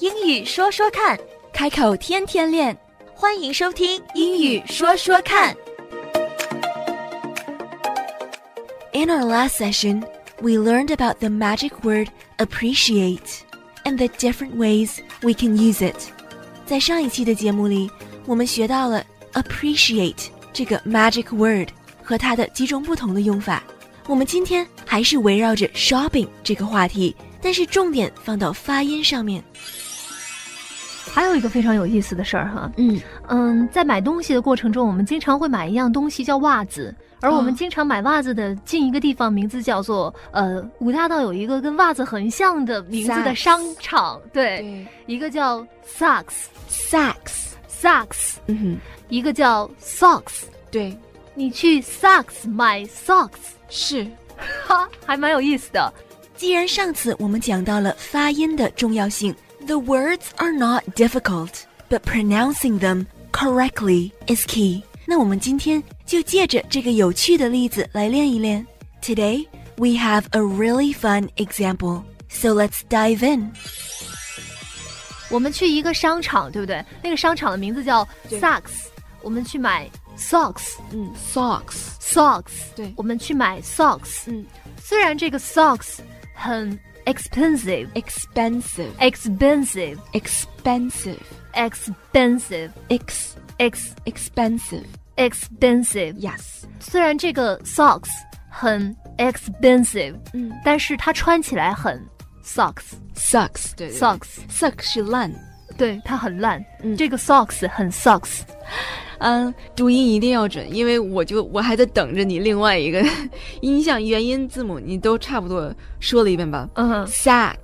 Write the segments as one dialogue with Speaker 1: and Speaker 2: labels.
Speaker 1: 英语说说看，
Speaker 2: 开口天天练，
Speaker 1: 欢迎收听
Speaker 2: 英语说说看。In our last session, we learned about the magic word appreciate and the different ways we can use it. 在上一期的节目里，我们学到了 appreciate 这个 magic word 和它的几种不同的用法。我们今天还是围绕着 shopping 这个话题，但是重点放到发音上面。
Speaker 3: 还有一个非常有意思的事儿哈，
Speaker 2: 嗯，
Speaker 3: 嗯，在买东西的过程中，我们经常会买一样东西叫袜子，而我们
Speaker 2: 哦
Speaker 3: 经常买袜子的进一个地方名字叫做呃，五大道有一个跟袜子很像的名字的
Speaker 2: Saks
Speaker 3: 商场，对，
Speaker 2: 对
Speaker 3: 一个叫 Saks
Speaker 2: ，socks，
Speaker 3: Saks，
Speaker 2: 嗯哼，
Speaker 3: 一个叫 Socks。
Speaker 2: 对，
Speaker 3: 你去 Saks 买 Socks，
Speaker 2: 是。
Speaker 3: 哈，还蛮有意思的。
Speaker 2: 既然上次我们讲到了发音的重要性，The words are not difficult, but pronouncing them correctly is key。那我们今天就借着这个有趣的例子来练一练。Today we have a really fun example, so let's dive in。
Speaker 3: 我们去一个商场，对不对？那个商场的名字叫
Speaker 2: 对
Speaker 3: Saks，我们去买 Socks
Speaker 2: 嗯，socks，
Speaker 3: Socks，
Speaker 2: 对
Speaker 3: 我们去买 Socks。
Speaker 2: 嗯
Speaker 3: 虽然这个 socks 很 expensive。
Speaker 2: ，expensive，
Speaker 3: expensive
Speaker 2: expensive。
Speaker 3: expensive
Speaker 2: Ex
Speaker 3: ex
Speaker 2: expensive,
Speaker 3: expensive，
Speaker 2: yes，
Speaker 3: 虽然这个 socks 很 expensive，
Speaker 2: 嗯
Speaker 3: 但是它穿起来很 socks
Speaker 2: sucks，对
Speaker 3: socks，
Speaker 2: sucks 是烂，
Speaker 3: 对，它很烂。
Speaker 2: 嗯
Speaker 3: 这个 socks 很 socks，
Speaker 4: 嗯，读音一定要准，因为我就我还在等着你另外一个 音像元音字母，你都差不多说了一遍吧。
Speaker 3: 嗯
Speaker 4: sax，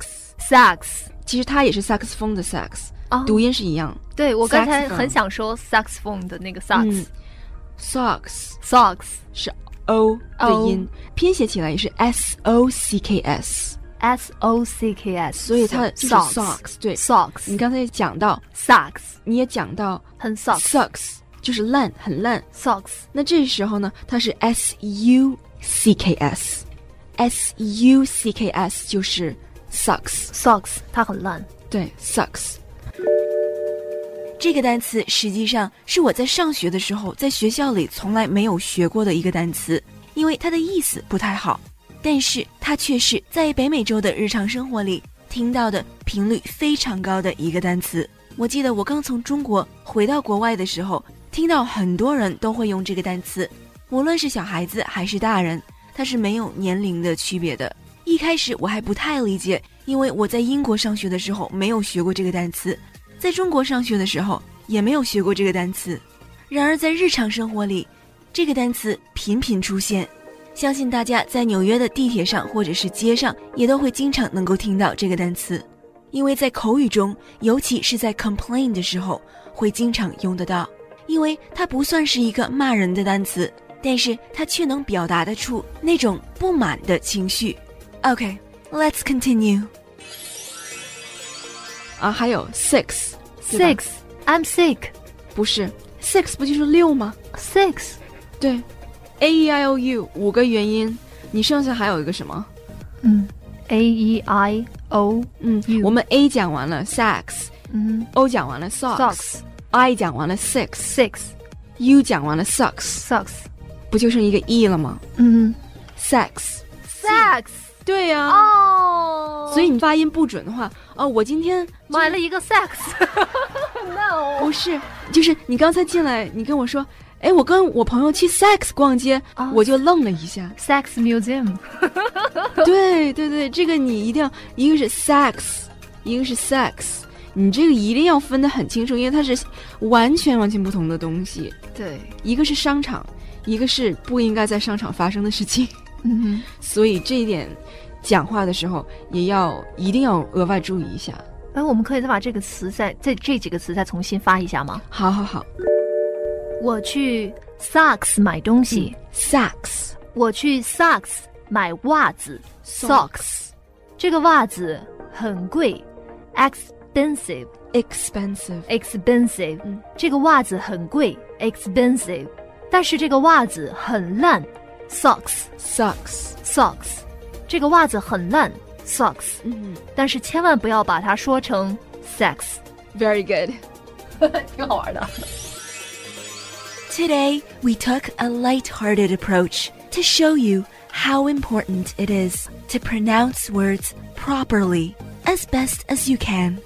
Speaker 3: ，socks。
Speaker 4: 其实它也是萨克斯风的 sax，、
Speaker 3: 哦
Speaker 4: 读音是一样。
Speaker 3: 对我刚才
Speaker 4: saxophone
Speaker 3: 很想说 saxophone 的那个 socks、
Speaker 4: socks
Speaker 3: socks
Speaker 4: 是 o 的
Speaker 2: Oh。
Speaker 3: O
Speaker 4: 音拼写起来也是 s o c k s，
Speaker 3: s o c k s，
Speaker 4: 所以它就是
Speaker 3: socks
Speaker 4: socks。对，你
Speaker 3: socks
Speaker 4: 刚才也讲到，
Speaker 3: socks
Speaker 4: 你也讲到
Speaker 3: 很 socks
Speaker 4: sucks 就是烂，很烂。
Speaker 3: socks。
Speaker 4: 那这时候呢，它是 s u c k s，s u c k s 就是 sucks，
Speaker 3: socks 它很烂。
Speaker 4: 对 sucks。
Speaker 2: 这个单词实际上是我在上学的时候，在学校里从来没有学过的一个单词，因为它的意思不太好，但是它却是在北美洲的日常生活里听到的频率非常高的一个单词。我记得我刚从中国回到国外的时候，听到很多人都会用这个单词，无论是小孩子还是大人，它是没有年龄的区别的。一开始我还不太理解，因为我在英国上学的时候没有学过这个单词，在中国上学的时候也没有学过这个单词，然而在日常生活里，这个单词频频出现。相信大家在纽约的地铁上或者是街上也都会经常能够听到这个单词，因为在口语中，尤其是在 complain 的时候会经常用得到。因为它不算是一个骂人的单词，但是它却能表达得出那种不满的情绪。OK，let's、continue。
Speaker 4: 啊，还有 six 对吧
Speaker 3: Six, I'm sick.
Speaker 4: 不是 six 不就是六吗？
Speaker 3: Six,
Speaker 4: 对，a e i o u 五个元音，你剩下还有一个什么？
Speaker 3: 嗯，A E I O，
Speaker 4: 嗯
Speaker 3: U
Speaker 4: 我们 a 讲完了 sax，o
Speaker 3: 嗯
Speaker 4: 讲完了 socks，i
Speaker 3: ，socks,
Speaker 4: 讲完了 six，u
Speaker 3: six,
Speaker 4: 讲完了 sucks，
Speaker 3: socks，
Speaker 4: 不就剩一个 e 了吗
Speaker 3: 嗯
Speaker 4: ？sex，
Speaker 3: ，sex，
Speaker 4: 对呀、
Speaker 3: 哦，
Speaker 4: 所以你发音不准的话，哦，我今天
Speaker 3: 买了一个 sex。No，
Speaker 4: 不是，就是你刚才进来，你跟我说，哎，我跟我朋友去 Sex 逛街，
Speaker 3: 啊。
Speaker 4: 我就愣了一下
Speaker 3: Sex Museum，
Speaker 4: 对对对，这个你一定要，一个是 Sex，一个是 Sex，你这个一定要分得很清楚，因为它是完全完全不同的东西。
Speaker 3: 对，
Speaker 4: 一个是商场，一个是不应该在商场发生的事情，
Speaker 3: 嗯，
Speaker 4: 所以这一点。讲话的时候也要一定要额外注意一下。
Speaker 3: 哎，我们可以再把这个词再这这几个词再重新发一下吗？
Speaker 4: 好好好
Speaker 3: 我去 socks 买东西，
Speaker 4: ，socks
Speaker 3: 我去 socks 买袜子
Speaker 4: Socks
Speaker 3: 这个袜子很贵，expensive。
Speaker 4: expensive
Speaker 3: expensive，、
Speaker 4: 嗯
Speaker 3: 这个袜子很贵，expensive，但是这个袜子很烂，socks
Speaker 4: socks，
Speaker 3: socks，这个袜子很烂，socks，
Speaker 4: 嗯，
Speaker 3: 但是千万不要把它说成 sex，
Speaker 4: Very good.
Speaker 3: 挺好玩的。
Speaker 2: Today, we took a light-hearted approach to show you how important it is to pronounce words properly as best as you can.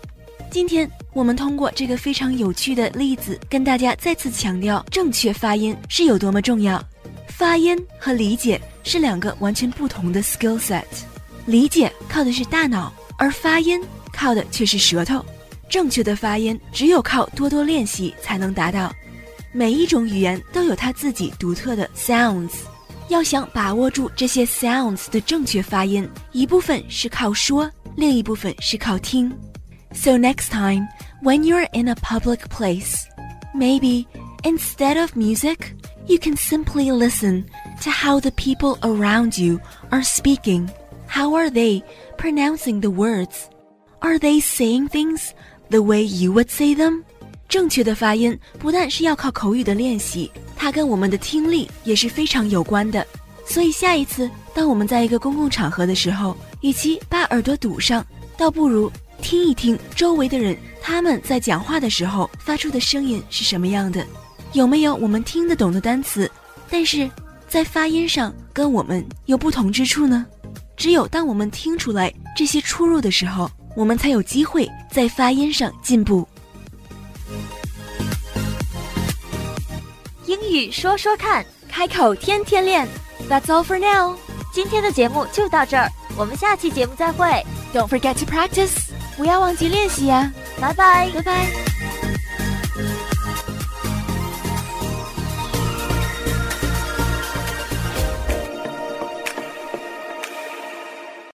Speaker 2: 今天我们通过这个非常有趣的例子，跟大家再次强调正确发音是有多么重要。发音和理解是两个完全不同的 skill set，理解靠的是大脑，而发音靠的却是舌头。正确的发音只有靠多多练习才能达到。每一种语言都有它自己独特的 sounds。要想把握住这些 sounds 的正确发音，一部分是靠说，另一部分是靠听。So next time, when you're in a public place, maybe instead of music, you can simply listen to how the people around you are speaking. How are they pronouncing the words? Are they saying things the way you would say them? 正确的发音不但是要靠口语的练习，它跟我们的听力也是非常有关的。所以下一次，当我们在一个公共场合的时候，与其把耳朵堵上，倒不如听一听周围的人他们在讲话的时候发出的声音是什么样的，有没有我们听得懂的单词，但是在发音上跟我们有不同之处呢？只有当我们听出来这些出入的时候，我们才有机会在发音上进步。
Speaker 1: 英语说说看。
Speaker 2: 开口天天练，That's all for now.
Speaker 1: 今天的节目就到这儿，我们下期节目再会，
Speaker 2: Don't forget to practice. 不要忘记练习呀、
Speaker 1: 拜拜。
Speaker 2: 拜拜。